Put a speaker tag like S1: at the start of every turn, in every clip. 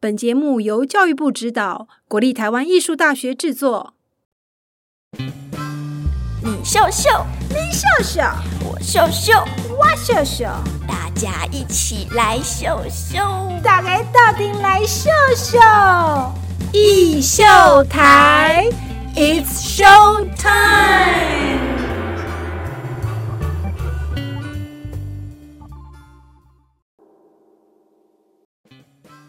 S1: 本节目由教育部指导，国立台湾艺术大学制作。
S2: 你笑笑，
S3: 你笑笑，
S2: 我笑笑，
S3: 我笑笑，
S2: 大家一起来笑笑，
S3: 大家到底来笑笑。
S1: 艺秀台，It's Show Time。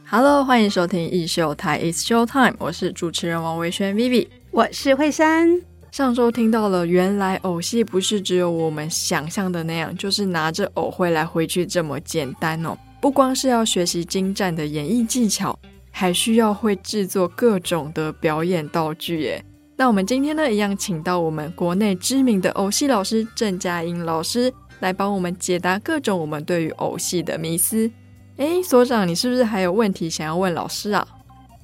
S4: Hello，欢迎收听艺秀台 It's Show Time，我是主持人王维轩 Vivi。
S3: 我是惠珊，
S4: 上周听到了，原来偶戏不是只有我们想象的那样，就是拿着偶会来回去这么简单哦。不光是要学习精湛的演绎技巧，还需要会制作各种的表演道具耶。那我们今天呢，一样请到我们国内知名的偶戏老师郑嘉颖老师来帮我们解答各种我们对于偶戏的迷思。诶，所长，你是不是还有问题想要问老师啊？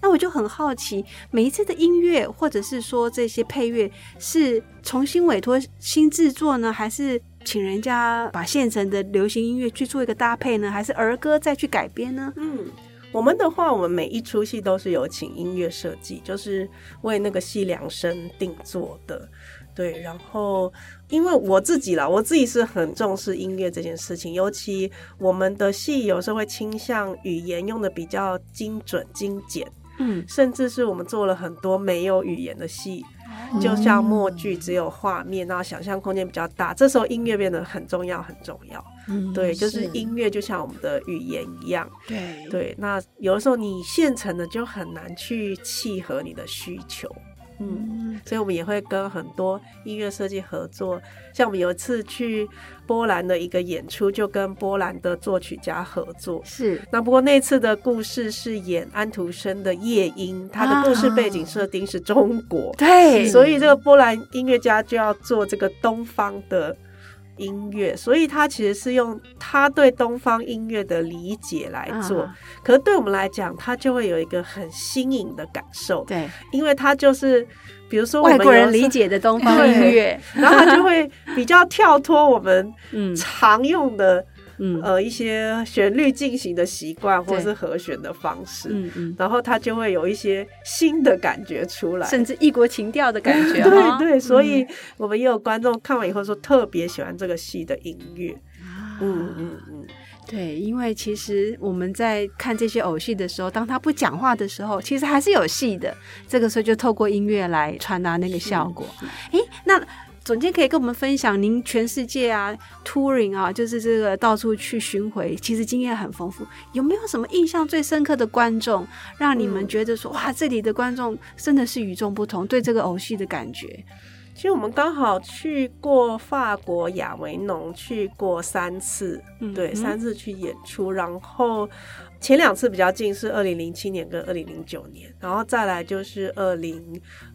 S3: 那我就很好奇，每一次的音乐或者是说这些配乐是重新委托新制作呢，还是请人家把现成的流行音乐去做一个搭配呢，还是儿歌再去改编呢？
S5: 嗯，我们的话，我们每一出戏都是有请音乐设计，就是为那个戏量身定做的。对，然后因为我自己啦，我自己是很重视音乐这件事情，尤其我们的戏有时候会倾向语言用的比较精准精简，
S3: 嗯，
S5: 甚至是我们做了很多没有语言的戏，就像默剧只有画面，然后想象空间比较大，这时候音乐变得很重要，很重要。
S4: 嗯
S5: 对，就是音乐就像我们的语言一样，
S4: 对
S5: 对，那有的时候你现成的就很难去契合你的需求，嗯，所以我们也会跟很多音乐设计合作，像我们有一次去波兰的一个演出，就跟波兰的作曲家合作。
S3: 是
S5: 那不过那次的故事是演安徒生的《夜莺》，他的故事背景设定是中国，
S3: 对
S5: 所以这个波兰音乐家就要做这个东方的音乐，所以他其实是用他对东方音乐的理解来做。
S3: 啊
S5: 可是对我们来讲，他就会有一个很新颖的感受，
S3: 对
S5: 因为他就是比如说我们
S1: 外国人
S5: 有时
S1: 理
S5: 候，
S1: 解的东方音乐，
S5: 然后他 就会比较跳脱我们
S1: 嗯
S5: 常用的、
S1: 嗯
S5: 呃一些旋律进行的习惯，或
S1: 对
S5: 是和弦的方式。
S1: 嗯嗯，
S5: 然后他就会有一些新的感觉出来，
S1: 甚至异国情调的感觉
S5: 对
S1: 哈
S5: 对，
S3: 嗯
S5: 所以我们也有观众看完以后说特别喜欢这个戏的音乐。嗯嗯嗯，
S3: 对，因为其实我们在看这些偶戏的时候，当他不讲话的时候，其实还是有戏的。这个时候就透过音乐来传达那个效果。诶，那总监可以跟我们分享您全世界啊 touring 啊，就是这个到处去巡回，其实经验很丰富。有没有什么印象最深刻的观众，让你们
S5: 嗯
S3: 觉得说、哇，这里的观众真的是与众不同，对这个偶戏的感觉？
S5: 其实我们刚好去过法国亚维农，去过三次，
S3: 嗯
S5: 对，
S3: 哼
S5: 三次去演出，然后。前两次比较近是二零零七年跟二零零九年，然后再来就是二零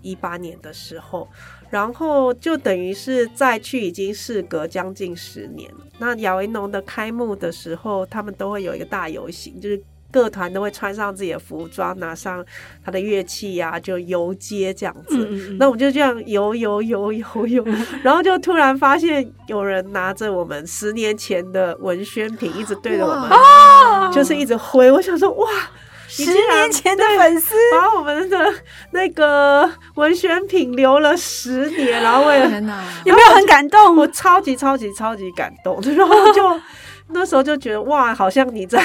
S5: 一八年的时候，然后就等于是再去已经事隔将近十年了。那亚维农的开幕的时候，他们都会有一个大游行，就是各团都会穿上自己的服装，拿上他的乐器呀、就游街这样子。
S3: 嗯
S5: 那我们就这样游游游游游，然后就突然发现有人拿着我们十年前的文宣品，一直对着我们，就是一直挥。我想说，哇，你
S3: 十
S5: 竟然
S3: 年前的
S5: 对
S3: 粉丝，
S5: 把我们的那个文宣品留了十年，然后为 了
S4: 天 哪，
S3: 有没有很感动？
S5: 我超级超级超级感动，然后就那时候就觉得哇，好像你在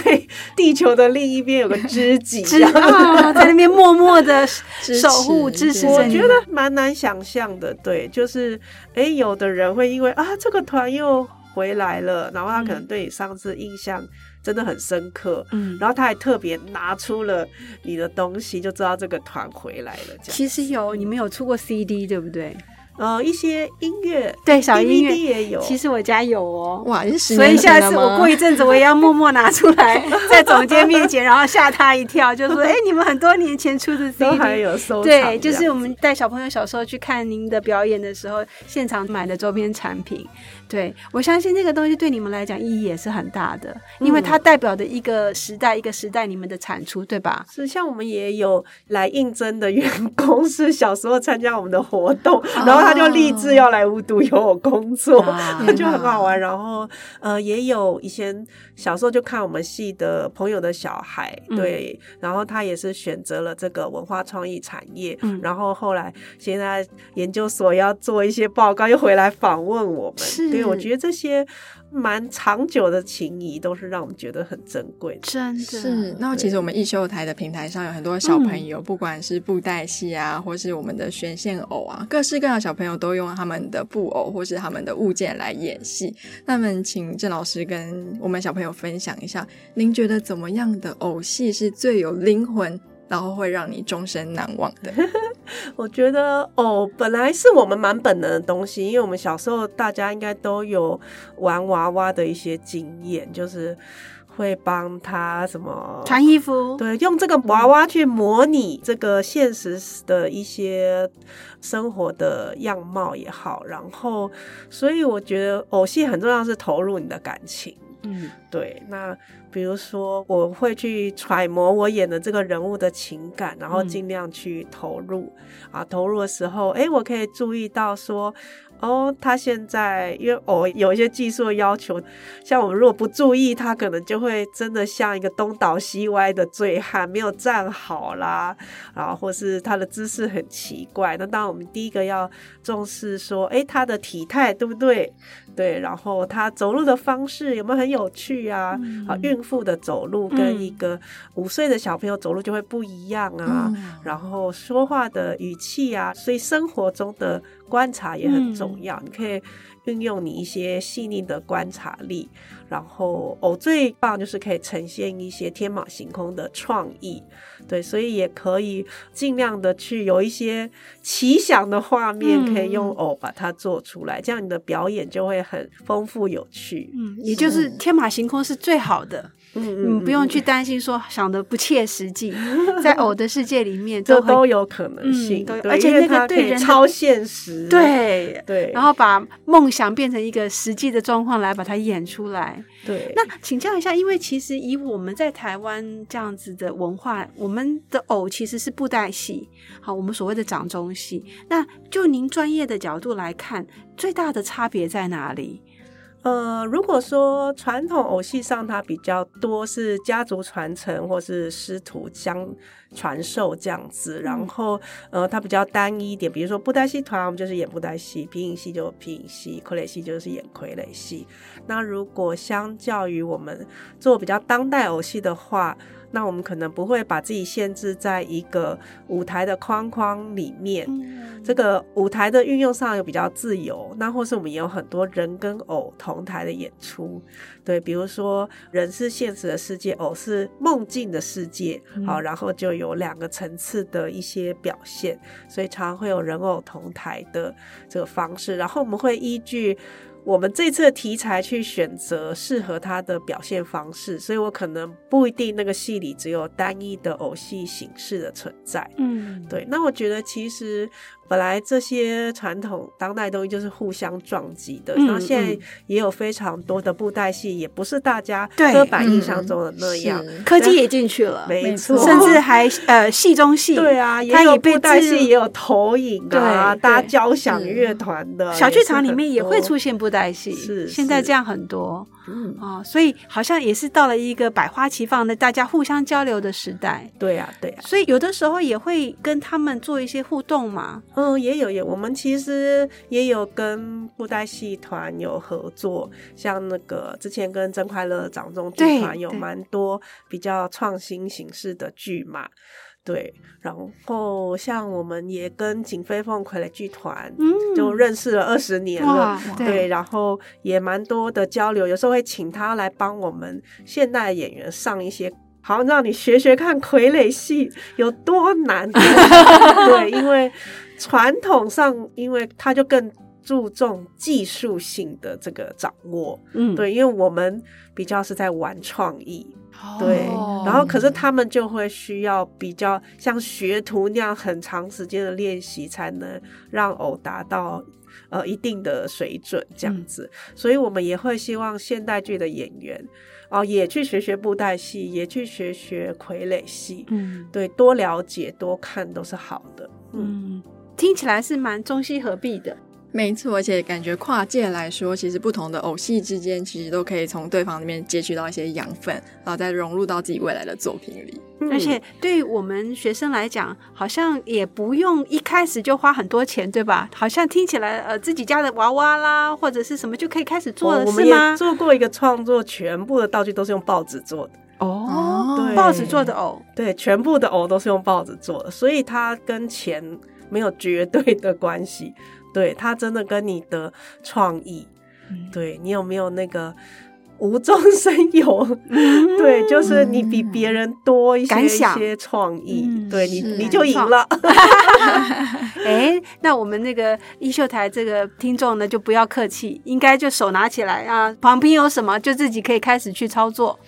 S5: 地球的另一边有个知己这
S3: 知
S5: 样，
S3: 啊， 在那边默默 的
S4: 支持
S3: 守护支持
S4: 我
S3: 着
S5: 我
S3: 你
S5: 觉。得蛮难想象的。对，就是哎，诶有的人会因为啊这个团又回来了，然后他可能对你上次印象真的很深刻，
S3: 嗯，
S5: 然后他还特别拿出了你的东西，就知道这个团回来了。这样，
S3: 其实有你们有出过 CD 对不对？
S5: 呃，一些音乐。
S3: 对，小音乐。
S5: DVD 也有，
S3: 其实我家有哦，
S4: 哇，你是十
S3: 所以
S4: 年前
S3: 下
S4: 的
S3: 次
S4: 吗
S3: 我过一阵子我也要默默拿出 来，在总监面前，然后吓他一跳，就 说：“哎，你们很多年前出的
S5: 都还
S3: CD。”
S5: 有收藏这样
S3: 对，就是我们带小朋友小时候去看您的表演的时候，现场买的周边产品。对我相信那个东西对你们来讲意义也是很大的，因为它代表的一个时代，一个时代你们的产出，对吧？
S5: 是
S3: 哦
S5: 像我们也有来应征的员工，是小时候参加我们的活动，然后他就立志要来无独有偶工作，
S3: 哇
S5: 他就很好玩。然后呃，也有以前小时候就看我们系的朋友的小孩，
S3: 嗯
S5: 对，然后他也是选择了这个文化创意产业，
S3: 嗯
S5: 然后后来现在研究所要做一些报告，又回来访问我
S3: 是
S5: 们。对，我觉得这些蛮长久的情谊都是让我们觉得很珍贵的。
S3: 真的
S5: 啊
S4: 是，那其实我们艺秀台的平台上有很多小
S5: 嗯
S4: 朋友，不管是布袋戏啊，或是我们的悬线偶啊，各式各样的小朋友都用他们的布偶或是他们的物件来演戏。那么，请郑老师跟我们小朋友分享一下，您觉得怎么样的偶戏是最有灵魂，然后会让你终身难忘 的？
S5: 我觉得哦，本来是我们蛮本能的东西，因为我们小时候大家应该都有玩娃娃的一些经验，就是会帮他什么
S3: 穿衣服，
S5: 哦对，用这个娃娃去模拟这个现实的一些生活的样貌也好，然后，所以我觉得偶戏很重要是投入你的感情。
S3: 嗯，
S5: 对，那比如说我会去揣摩我演的这个人物的情感，然后
S3: 嗯
S5: 尽量去投入、啊。投入的时候，诶，我可以注意到说，哦，他现在因为偶有一些技术的要求，像我们如果不注意，他可能就会真的像一个东倒西歪的醉汉，没有站好啦，然后或是他的姿势很奇怪。那当然，我们第一个要重视说，诶，他的体态对不对？对，然后他走路的方式有没有很有趣啊？啊，孕妇的走路跟一个五岁的小朋友走路就会不一样啊。
S4: 嗯
S5: 然后说话的语气啊，所以生活中的观察也很
S3: 嗯
S5: 重要。你可以运用你一些细腻的观察力，然后偶最棒就是可以呈现一些天马行空的创意，对，所以也可以尽量的去有一些奇想的画面，
S3: 嗯
S5: 可以用偶把它做出来，这样你的表演就会很丰富有趣。
S3: 嗯，也就是天马行空是最好的，
S5: 嗯
S3: 你不用去担心说想的不切实 际，在偶的世界里面
S5: 这
S3: 都
S5: 都
S3: 很
S5: 有可能性，
S3: 嗯都有
S5: 对
S3: 而且
S5: 因为
S3: 那个
S5: 它可
S3: 对
S5: 以
S3: 人的
S5: 超现实，
S3: 对。
S5: 对，
S3: 然后把梦想变成一个实际的状况来把它演出来。
S5: 对，
S3: 那请教一下，因为其实以我们在台湾这样子的文化，我们的偶其实是布袋戏，好，我们所谓的掌中戏。那就您专业的角度来看，最大的差别在哪里？
S5: 呃，如果说传统偶戏上，它比较多是家族传承或是师徒相传授这样子，然后呃，它比较单一一点。比如说布袋戏团，我们就是演布袋戏；皮影戏就皮影戏；傀儡戏就是演傀儡戏。那如果相较于我们做比较当代偶戏的话，那我们可能不会把自己限制在一个舞台的框框里面，
S3: 嗯
S5: 这个舞台的运用上有比较自由，那或是我们也有很多人跟偶同台的演出，对，比如说人是现实的世界，偶是梦境的世界，好、然后就有两个层次的一些表现，所以常会有人偶同台的这个方式，然后我们会依据。我们这次的题材去选择适合他的表现方式，所以我可能不一定那个戏里只有单一的偶戏形式的存在。
S3: 嗯，
S5: 对，那我觉得其实本来这些传统当代东西就是互相撞击的，
S3: 嗯
S5: 然后现在
S3: 嗯
S5: 也有非常多的布袋戏，也不是大家
S3: 对嗯
S5: 刻板印象中的那样，
S4: 嗯是
S3: 科技也进去了，
S5: 没
S4: 没
S5: 错，
S4: 错
S3: 甚至还呃戏中戏，
S5: 对啊，也
S3: 它
S5: 有
S3: 也被
S5: 布袋
S3: 置入
S5: 戏，也有投影啊，
S3: 对对嗯
S5: 搭交响乐团的
S3: 小剧场里面也会出
S5: 现。
S3: 现布袋戏，
S5: 是
S3: 现在
S5: 是
S3: 这样很多
S5: 嗯
S3: 哦，所以好像也是到了一个百花齐放的大家互相交流的时代，
S5: 对啊，对啊，
S3: 所以有的时候也会跟他们做一些互动嘛，
S5: 嗯，也有也，我们其实也有跟布袋戏团有合作，像那个之前跟真快乐掌中剧团
S3: 对
S5: 有
S3: 对
S5: 蛮多比较创新形式的剧嘛，对，然后像我们也跟景飞凤傀儡剧团。
S3: 嗯，
S5: 就认识了二十年了
S3: 哇，，
S5: 对，，然后也蛮多的交流，有时候会请他来帮我们现代的演员上一些。好，让你学学看傀儡戏有多难。对，因为传统上，因为他就更注重技术性的这个掌握。
S3: 嗯，
S5: 对，因为我们比较是在玩创意，对，
S4: 哦
S3: 嗯
S5: 然后可是他们就会需要比较像学徒那样很长时间的练习，才能让偶达到呃一定的水准这样子。所以我们也会希望现代剧的演员哦、也去学学布袋戏，也去学学傀儡戏，
S3: 嗯
S5: 对，多了解多看都是好的。嗯，
S3: 嗯。听起来是蛮中西合璧的。
S4: 没错，而且感觉跨界来说，其实不同的偶戏之间，其实都可以从对方那边截取到一些养分，然后再融入到自己未来的作品里。
S3: 而
S5: 嗯
S3: 且对于我们学生来讲，好像也不用一开始就花很多钱，对吧？好像听起来，呃，自己家的娃娃啦，或者是什么就可以开始做
S5: 哦我
S3: 了，
S5: 我们
S3: 是吗
S5: 也？做过一个创作，全部的道具都是用报纸做的。
S3: 哦，
S5: 对
S3: 报纸做的哦偶，
S5: 对，全部的偶都是用报纸做的，所以它跟钱没有绝对的关系。对，它真的跟你的创意，
S3: 嗯
S5: 对你有没有那个无中生有？对，就是你比别人多一
S3: 嗯
S5: 些
S3: 感
S5: 一
S3: 想
S5: 些创意，
S3: 嗯
S5: 对你
S4: 是
S5: 你就赢
S3: 感
S5: 了。
S3: 哎，那我们那个一秀台这个听众呢，就不要客气，应该就手拿起来啊，旁边有什么就自己可以开始去操作，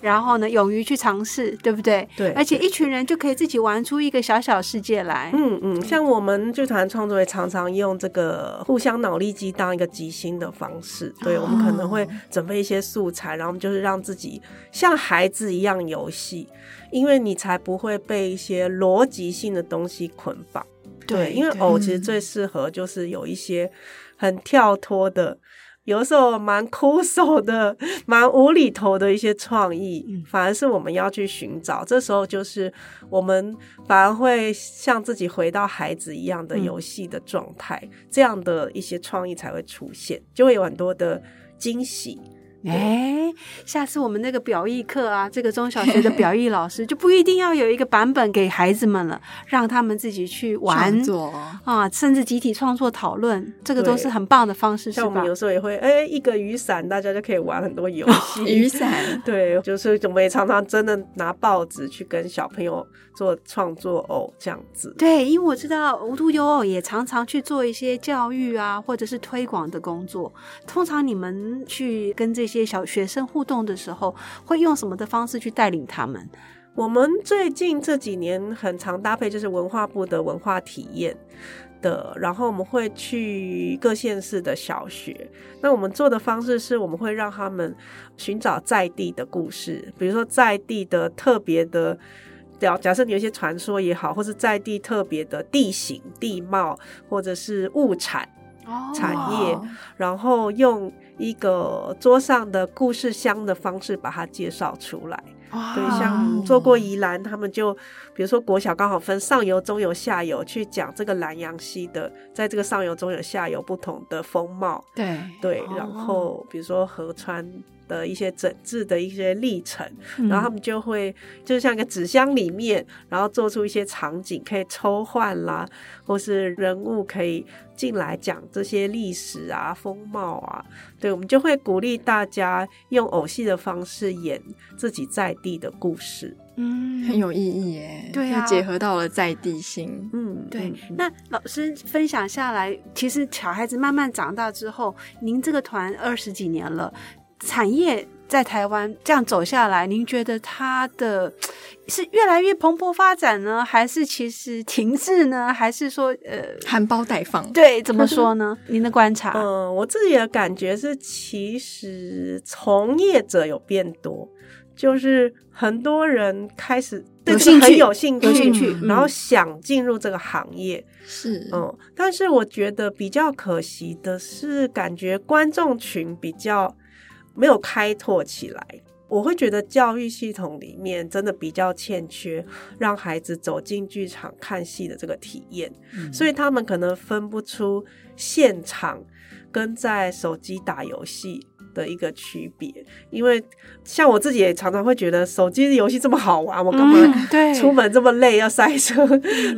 S3: 然后呢，勇于去尝试，对不对？
S5: 对
S3: 而且一群人就可以自己玩出一个小小世界来。
S5: 嗯嗯，像我们剧团创作也常常用这个互相脑力激荡一个即兴的方式。对，我们可能会准备一些素材，然后我们就是让自己像孩子一样游戏，因为你才不会被一些逻辑性的东西捆绑。对，因为偶其实最适合就是有一些很跳脱的。有的时候蛮枯手的、蛮无厘头的一些创意，反而是我们要去寻找。这时候就是我们反而会像自己回到孩子一样的游戏的状态，这样的一些创意才会出现，就会有很多的惊喜。
S3: 哎，下次我们那个表意课啊，这个中小学的表意老师就不一定要有一个版本给孩子们了，让他们自己去玩
S4: 创作
S3: 啊，甚至集体创作讨论，这个
S5: 对
S3: 都是很棒的方式，是
S5: 像我
S3: 吧
S5: 们？有时候也会，哎，一个雨伞，大家就可以玩很多游戏。
S4: 哦雨伞，
S5: 对，就是我们也常常真的拿报纸去跟小朋友做创作偶这样子。
S3: 对，因为我知道无独有偶也常常去做一些教育啊，或者是推广的工作。通常你们去跟这些小学生互动的时候，会用什么的方式去带领他们？
S5: 我们最近这几年很常搭配就是文化部的文化体验的，然后我们会去各县市的小学。那我们做的方式是，我们会让他们寻找在地的故事，比如说在地的特别的。假假设你有一些传说也好，或是在地特别的地形、地貌，或者是物产，
S3: 哦
S5: 产业，然后用一个桌上的故事箱的方式把它介绍出来。对，像我们做过宜兰，他们就比如说国小刚好分上游、中游、下游，去讲这个南洋溪的，在这个上游、中游、下游不同的风貌，
S4: 对
S5: 对
S3: 哦，
S5: 然后比如说河川的一些整治的一些历程，
S3: 嗯
S5: 然后他们就会就像一个纸箱里面，然后做出一些场景可以抽换啦，或是人物可以进来讲这些历史啊、风貌啊。对，我们就会鼓励大家用偶戏的方式演自己在地的故事。
S3: 嗯
S4: 很有意义耶。
S3: 对啊
S4: 就结合到了在地性。
S5: 嗯，
S3: 对
S5: 嗯，嗯
S3: 那老师分享下来，其实小孩子慢慢长大之后，您这个团二十几年了，产业在台湾这样走下来，您觉得它的是越来越蓬勃发展呢，还是其实停滞呢，还是说呃，
S4: 含苞待放，
S3: 对，怎么说呢？您的观察，
S5: 嗯，我自己的感觉是，其实从业者有变多，就是很多人开始对
S3: 有
S5: 这个
S3: 兴
S5: 很
S3: 趣
S5: 有兴趣，
S3: 有兴趣嗯
S5: 然后想进入这个行业。
S4: 是
S5: 嗯，但是我觉得比较可惜的是，感觉观众群比较没有开拓起来。我会觉得教育系统里面真的比较欠缺让孩子走进剧场看戏的这个体验，所以他们可能分不出现场跟在手机打游戏。的一个区别，因为像我自己也常常会觉得手机游戏这么好玩，我干嘛
S3: 嗯对，
S5: 出门这么累，要塞车，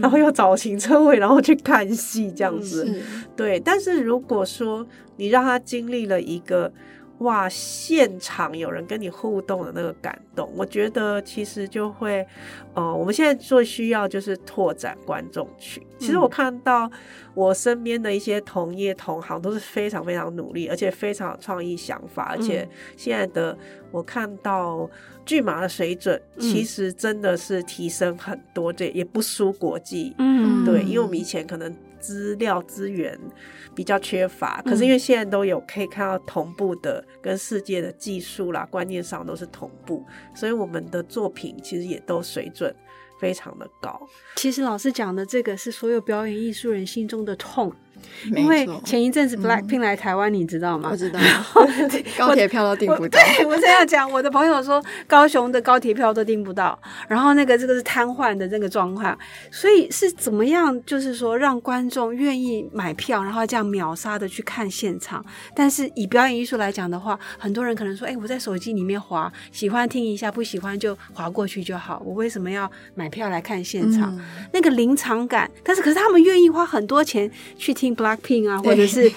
S5: 然后要找停车位，然后去看戏这样子。
S4: 是
S5: 对，但是如果说你让他经历了一个哇，现场有人跟你互动的那个感动，我觉得其实就会，呃，我们现在最需要就是拓展观众群。
S3: 嗯
S5: 其实我看到我身边的一些同业同行都是非常非常努力，而且非常有创意想法，而
S3: 嗯
S5: 且现在的我看到巨马的水准，其
S3: 嗯
S5: 实真的是提升很多，这也不输国际。
S3: 嗯，
S5: 对，
S4: 嗯
S5: 因为我们以前可能资料资源比较缺乏，可
S3: 嗯
S5: 是因为现在都有可以看到同步的，跟世界的技术啦、观念上都是同步，所以我们的作品其实也都水准。非常的高。
S3: 其实老师讲的这个是所有表演艺术人心中的痛，因
S4: 没
S3: 为
S4: 错，
S3: 前一阵子
S4: 嗯
S3: Blackpink 来台湾，你知道吗
S4: 我？ 知道高铁票都订不到，
S3: 对我这样讲，我的朋友说高雄的高铁票都订不到，然后那个这个是瘫痪的这个状况，所以是怎么样？就是说让观众愿意买票，然后这样秒杀的去看现场。但是以表演艺术来讲的话，很多人可能说，哎，我在手机里面滑，喜欢听一下，不喜欢就滑过去就好。我为什么要买票来看现场？
S4: 嗯
S3: 那个临场感，但是可是他们愿意花很多钱去听 Blackpink 啊，
S4: 对
S3: 或者是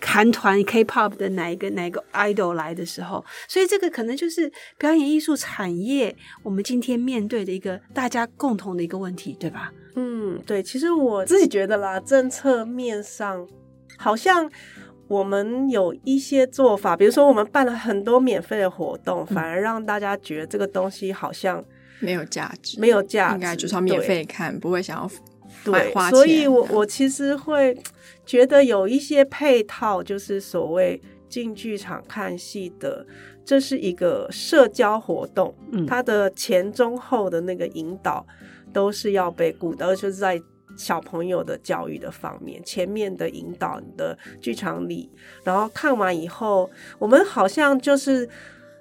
S3: 韩团 K-pop 的哪一个哪一个 idol 来的时候，所以这个可能就是表演艺术产业我们今天面对的一个大家共同的一个问题，对吧？
S5: 嗯，对，其实我自己觉得啦，政策面上好像我们有一些做法，比如说我们办了很多免费的活动，反而让大家觉得这个东西好像
S4: 没有价值，
S5: 没有价值，
S4: 应该就是要免
S5: 对
S4: 费看，不会想要买
S5: 对
S4: 花，钱。
S5: 所以我我其实会觉得有一些配套，就是所谓进剧场看戏的，这是一个社交活动，
S3: 嗯
S5: 它的前中后的那个引导都是要被顾的，而且是在。小朋友的教育的方面，前面的引导你的剧场里，然后看完以后，我们好像就是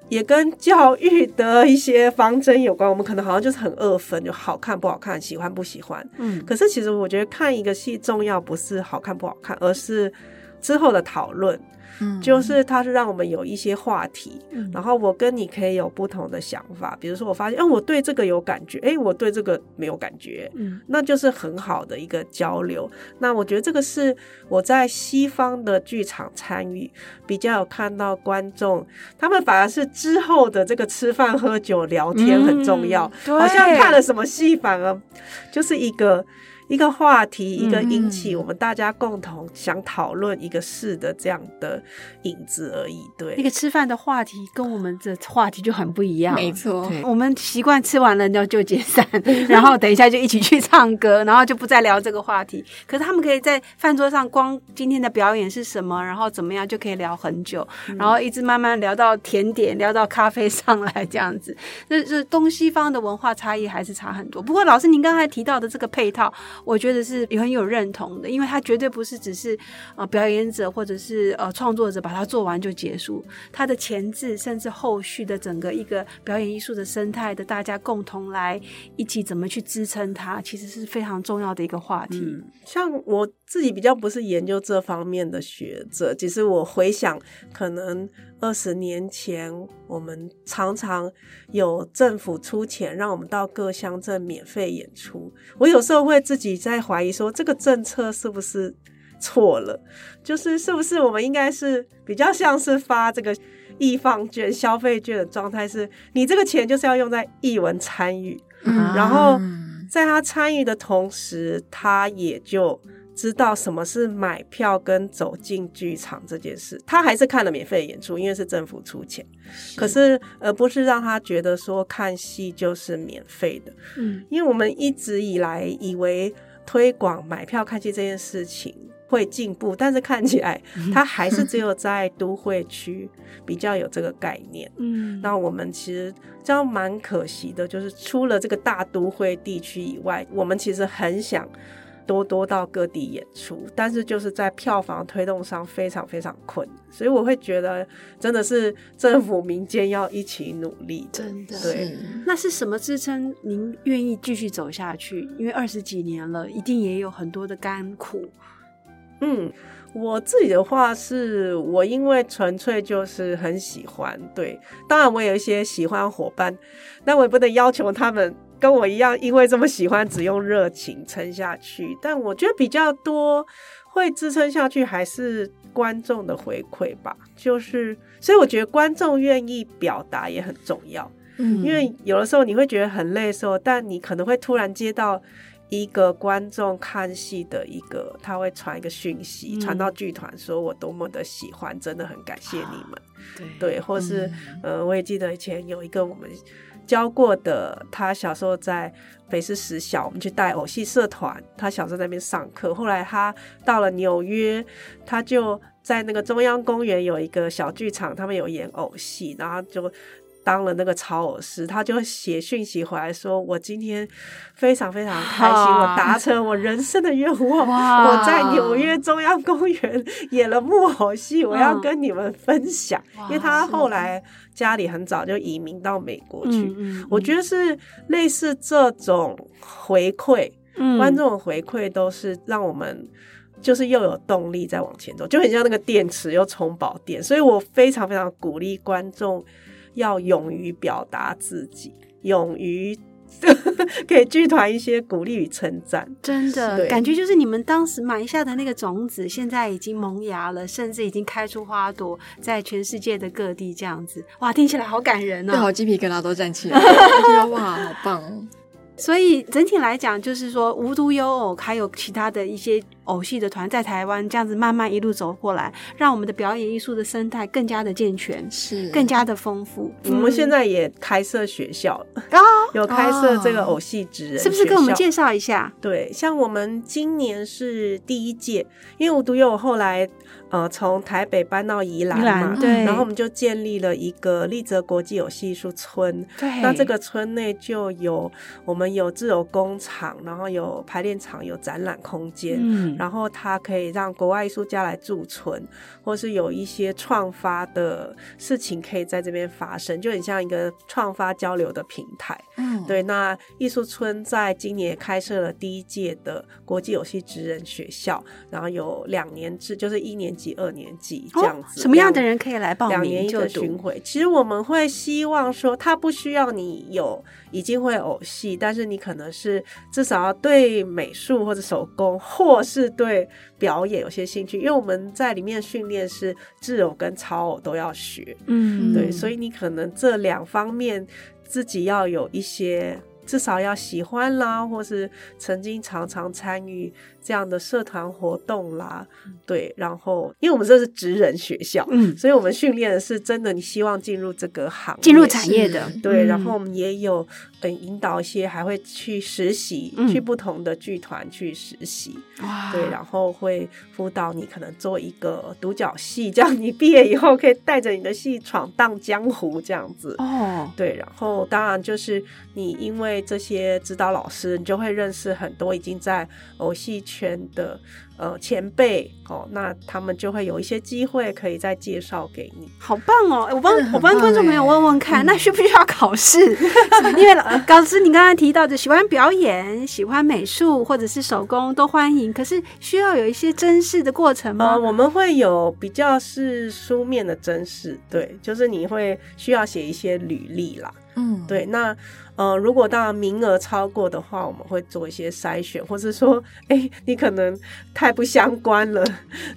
S5: 也跟教育的一些方针有关，我们可能好像就是很二分，就好看不好看，喜欢不喜欢。
S3: 嗯，
S5: 可是其实我觉得看一个戏重要不是好看不好看，而是之后的讨论，
S4: 嗯
S5: 就是它是让我们有一些话题，
S3: 嗯
S5: 然后我跟你可以有不同的想法。比如说我发现，哎、我对这个有感觉，哎、我对这个没有感觉。
S3: 嗯
S5: 那就是很好的一个交流。那我觉得这个是我在西方的剧场参与比较有看到观众，他们反而是之后的这个吃饭、喝酒、聊天很重要，
S3: 嗯对
S5: 好像看了什么戏，反而就是一个一个话题，一个引起我们大家共同想讨论一个事的这样的影子而已。对，
S3: 那个吃饭的话题跟我们的话题就很不一样，
S4: 没错，
S3: 我们习惯吃完了就就解散，然后等一下就一起去唱歌，然后就不再聊这个话题。可是他们可以在饭桌上，光今天的表演是什么，然后怎么样就可以聊很久，然后一直慢慢聊到甜点，聊到咖啡上来这样子。 那这东西方的文化差异还是差很多。不过老师您刚才提到的这个配套，我觉得是很有认同的，因为它绝对不是只是呃表演者或者是呃创作者把它做完就结束，它的前置甚至后续的整个一个表演艺术的生态的大家共同来一起怎么去支撑它，其实是非常重要的一个话题。
S5: 嗯，像我自己比较不是研究这方面的学者，只是我回想，可能二十年前我们常常有政府出钱让我们到各乡镇免费演出，我有时候会自己在怀疑说，这个政策是不是错了？就是是不是我们应该是比较像是发这个。易放券、消费券的状态是，你这个钱就是要用在艺文参与，
S4: 嗯
S5: 然后
S4: 嗯
S5: 在他参与的同时，他也就知道什么是买票跟走进剧场这件事。他还是看了免费的演出，因为是政府出钱。可是，而不是让他觉得说看戏就是免费的，
S3: 嗯，
S5: 因为我们一直以来以为推广买票看戏这件事情。会进步，但是看起来它还是只有在都会区比较有这个概念。
S3: 嗯
S5: 那我们其实这样蛮可惜的，就是除了这个大都会地区以外，我们其实很想多多到各地演出，但是就是在票房推动上非常非常困难，所以我会觉得真的是政府民间要一起努力的。
S3: 真的
S5: 对
S4: 是
S3: 那是什么支撑您愿意继续走下去？因为二十几年了，一定也有很多的甘苦。
S5: 嗯，我自己的话是我因为纯粹就是很喜欢，对，当然我有一些喜欢伙伴，但我也不能要求他们跟我一样，因为这么喜欢只用热情撑下去。但我觉得比较多会支撑下去还是观众的回馈吧，就是所以我觉得观众愿意表达也很重要。
S4: 嗯
S5: 因为有的时候你会觉得很累的时候，但你可能会突然接到一个观众看戏的一个，他会传一个讯息，
S3: 嗯
S5: 传到剧团说我多么的喜欢，真的很感谢你们，
S3: 对
S5: 对，或
S4: 嗯
S5: 是、
S3: 嗯
S5: 呃，我也记得以前有一个我们教过的，他小时候在北师实小，我们去带偶戏社团，他小时候在那边上课，后来他到了纽约，他就在那个中央公园有一个小剧场，他们有演偶戏，然后就。当了那个超偶师，他就写讯息回来说：“我今天非常非常开心，
S3: 哇
S5: 我达成我人生的愿望，
S3: 哇
S5: 我在纽约中央公园演了木偶戏，我要
S3: 嗯
S5: 跟你们分享。
S3: 哇
S5: 因为他后来家里很早就移民到美国去，
S3: 嗯
S5: 我觉得是类似这种回馈，
S3: 得
S5: 观众的回馈都是让我们就是又有动力再往前走，就很像那个电池又充饱电，所以我非常非常鼓励观众要勇于表达自己，勇于 给剧团一些鼓励与称赞。
S3: 真
S5: 是
S3: 的
S5: 对
S3: 感觉就是你们当时埋下的那个种子，现在已经萌芽了，甚至已经开出花朵，在全世界的各地这样子。哇，听起来好感人
S4: 对，
S3: 哦
S4: 好！鸡皮疙瘩都站起 来，我觉得哇，好棒哦！
S3: 所以整体来讲，就是说无独有偶，还有其他的一些偶戏的团在台湾这样子慢慢一路走过来，让我们的表演艺术的生态更加的健全，
S4: 是
S3: 更加的丰富。
S5: 我
S3: 嗯
S5: 们现在也开设学校了，
S3: 啊，
S5: 有开设这个偶戏职人
S3: 哦
S5: 学校，
S3: 是不是跟我们介绍一下？
S5: 对，像我们今年是第一届，因为无独有偶后来呃从台北搬到宜兰
S3: 宜
S5: 嘛
S3: 兰，对
S5: 然后我们就建立了一个立泽国际有戏艺术村。
S3: 对
S5: 那这个村内就有我们有自由工厂，然后有排练场，有展览空间。
S3: 嗯
S5: 然后它可以让国外艺术家来驻村，或是有一些创发的事情可以在这边发生，就很像一个创发交流的平台。
S4: 嗯，
S5: 对，那艺术村在今年也开设了第一届的国际有戏职人学校，然后有两年制，就是一年级、二年级这样
S3: 哦
S5: 子。
S3: 什么样的
S5: 两
S3: 人可以来报
S5: 两年
S3: 名
S5: 一
S3: 就
S5: 个巡
S3: 读？
S5: 回，其实我们会希望说，他不需要你有已经会偶戏，但是你可能是至少要对美术或者手工，或是对表演有些兴趣，因为我们在里面训练是自偶跟超偶都要学，
S3: 嗯
S5: 对，所以你可能这两方面自己要有一些，至少要喜欢啦，或是曾经常常参与这样的社团活动啦，对。然后，因为我们这是职人学校，
S3: 嗯，
S5: 所以我们训练的是真的，你希望进入这个行业，
S3: 进入产业的
S4: 是
S5: 对，
S3: 嗯
S5: 然后我们也有嗯引导一些，还会去实习，
S3: 嗯
S5: 去不同的剧团去实习，
S3: 哇
S5: 对，然后会辅导你可能做一个独角戏，这样你毕业以后可以带着你的戏闯荡江湖这样子。
S3: 哦，
S5: 对，然后当然就是你因为这些指导老师，你就会认识很多已经在偶戏圈的呃前辈哦，那他们就会有一些机会可以再介绍给你。
S3: 好棒嗯哦！我帮
S4: 真的很
S3: 我帮
S4: 棒
S3: 观众朋友
S4: 哎
S3: 问问看，那需不需要考试？ 因为老高师，你刚刚提到的喜欢表演、喜欢美术或者是手工都欢迎，可是需要有一些真试的过程吗
S5: 呃，？我们会有比较是书面的真实，对，就是你会需要写一些履历啦，
S4: 嗯，
S5: 对，那呃，如果当然名额超过的话，我们会做一些筛选，或是说，哎、你可能太不相关了，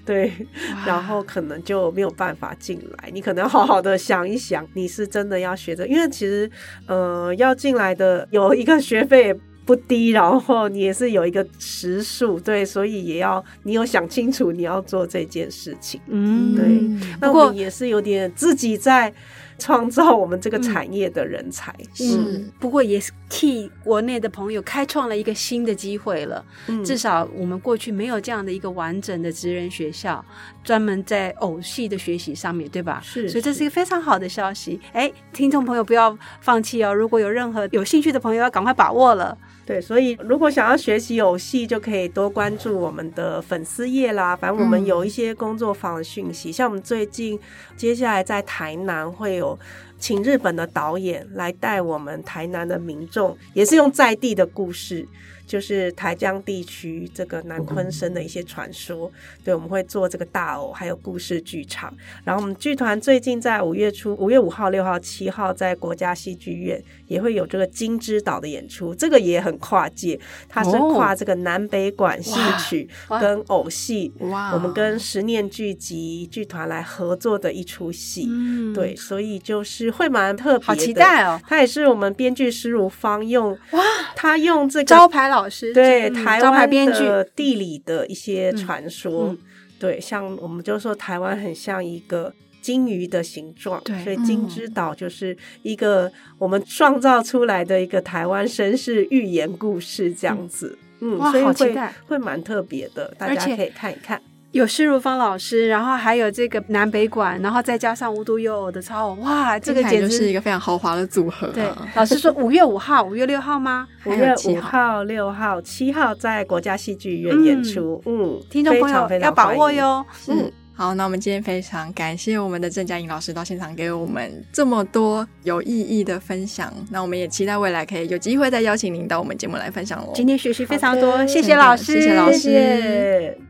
S5: 对，
S4: 哇
S5: 然后可能就没有办法进来。你可能要好好的想一想，你是真的要学着，因为其实呃，要进来的有一个学费。不低，然后你也是有一个时数，对，所以也要你有想清楚你要做这件事情。
S3: 嗯，
S5: 对
S4: 嗯
S5: 那
S3: 不过
S5: 我们也是有点自己在创造我们这
S3: 嗯
S5: 个产业的人才，
S4: 是
S3: 不过也是替国内的朋友开创了一个新的机会了。
S5: 嗯
S3: 至少我们过去没有这样的一个完整的职人学校，专门在偶戏的学习上面对吧？
S5: 是
S3: 所以这是
S5: 是
S3: 一个非常好的消息。哎，听众朋友不要放弃哦！如果有任何有兴趣的朋友，要赶快把握了。
S5: 对，所以如果想要学习有戏，就可以多关注我们的粉丝页啦。反正我们有一些工作坊的讯息，像我们最近接下来在台南会有请日本的导演来带我们台南的民众，也是用在地的故事。就是台江地区这个南昆生的一些传说，对，我们会做这个大偶，还有故事剧场。然后我们剧团最近在五月初，五月五号、六号、七号在国家戏剧院也会有这个金枝岛的演出，这个也很跨界，它是
S3: 哦
S5: 跨这个南北管戏曲
S3: 哇
S5: 跟偶戏，
S4: 哇
S5: 我们跟十念剧集剧团来合作的一出戏。
S3: 嗯，
S5: 对，，所以就是会蛮特别的，
S3: 好期待哦！
S5: 他也是我们编剧施如芳用哇，他用这个
S3: 招牌老师
S5: 对、
S3: 嗯
S5: 台
S3: 招牌
S5: 湾
S3: 编剧，
S5: 的地理的一些传说，
S3: 嗯嗯
S5: 对，像我们就说台湾很像一个。金鱼的形状，
S3: 对
S5: 所以
S4: 嗯
S5: 金之岛就是一个我们创造出来的一个台湾绅士寓言故事这样子，嗯，
S3: 哇
S5: 所以
S3: 好期
S5: 会
S3: 待
S5: 会蛮特别的，大
S3: 而
S5: 家
S3: 且
S5: 可以看一看。
S3: 有施如芳老师，然后还有这个南北馆，然后再加上无独有偶的超偶，哇，这个
S4: 听起来
S3: 简直
S4: 就是一个非常豪华的组合、啊。
S3: 对，老师说五月五号、五月六号吗？
S5: 五
S4: 还有
S5: 月
S4: 七
S5: 五
S4: 号
S5: 号、六号、七号在国家戏剧院演出，嗯，
S3: 听众朋
S5: 非常
S3: 友
S5: 非常
S3: 要把握
S5: 欢迎。
S3: 哟。
S4: 是。好，那我们今天非常感谢我们的郑嘉颖老师到现场给我们这么多有意义的分享。那我们也期待未来可以有机会再邀请您到我们节目来分享喽。
S3: 今天学习非常
S5: 好
S3: 多，
S5: 的
S3: 谢
S4: 真
S3: 谢
S4: 的
S3: 老师，
S4: 谢谢老师
S5: 谢谢。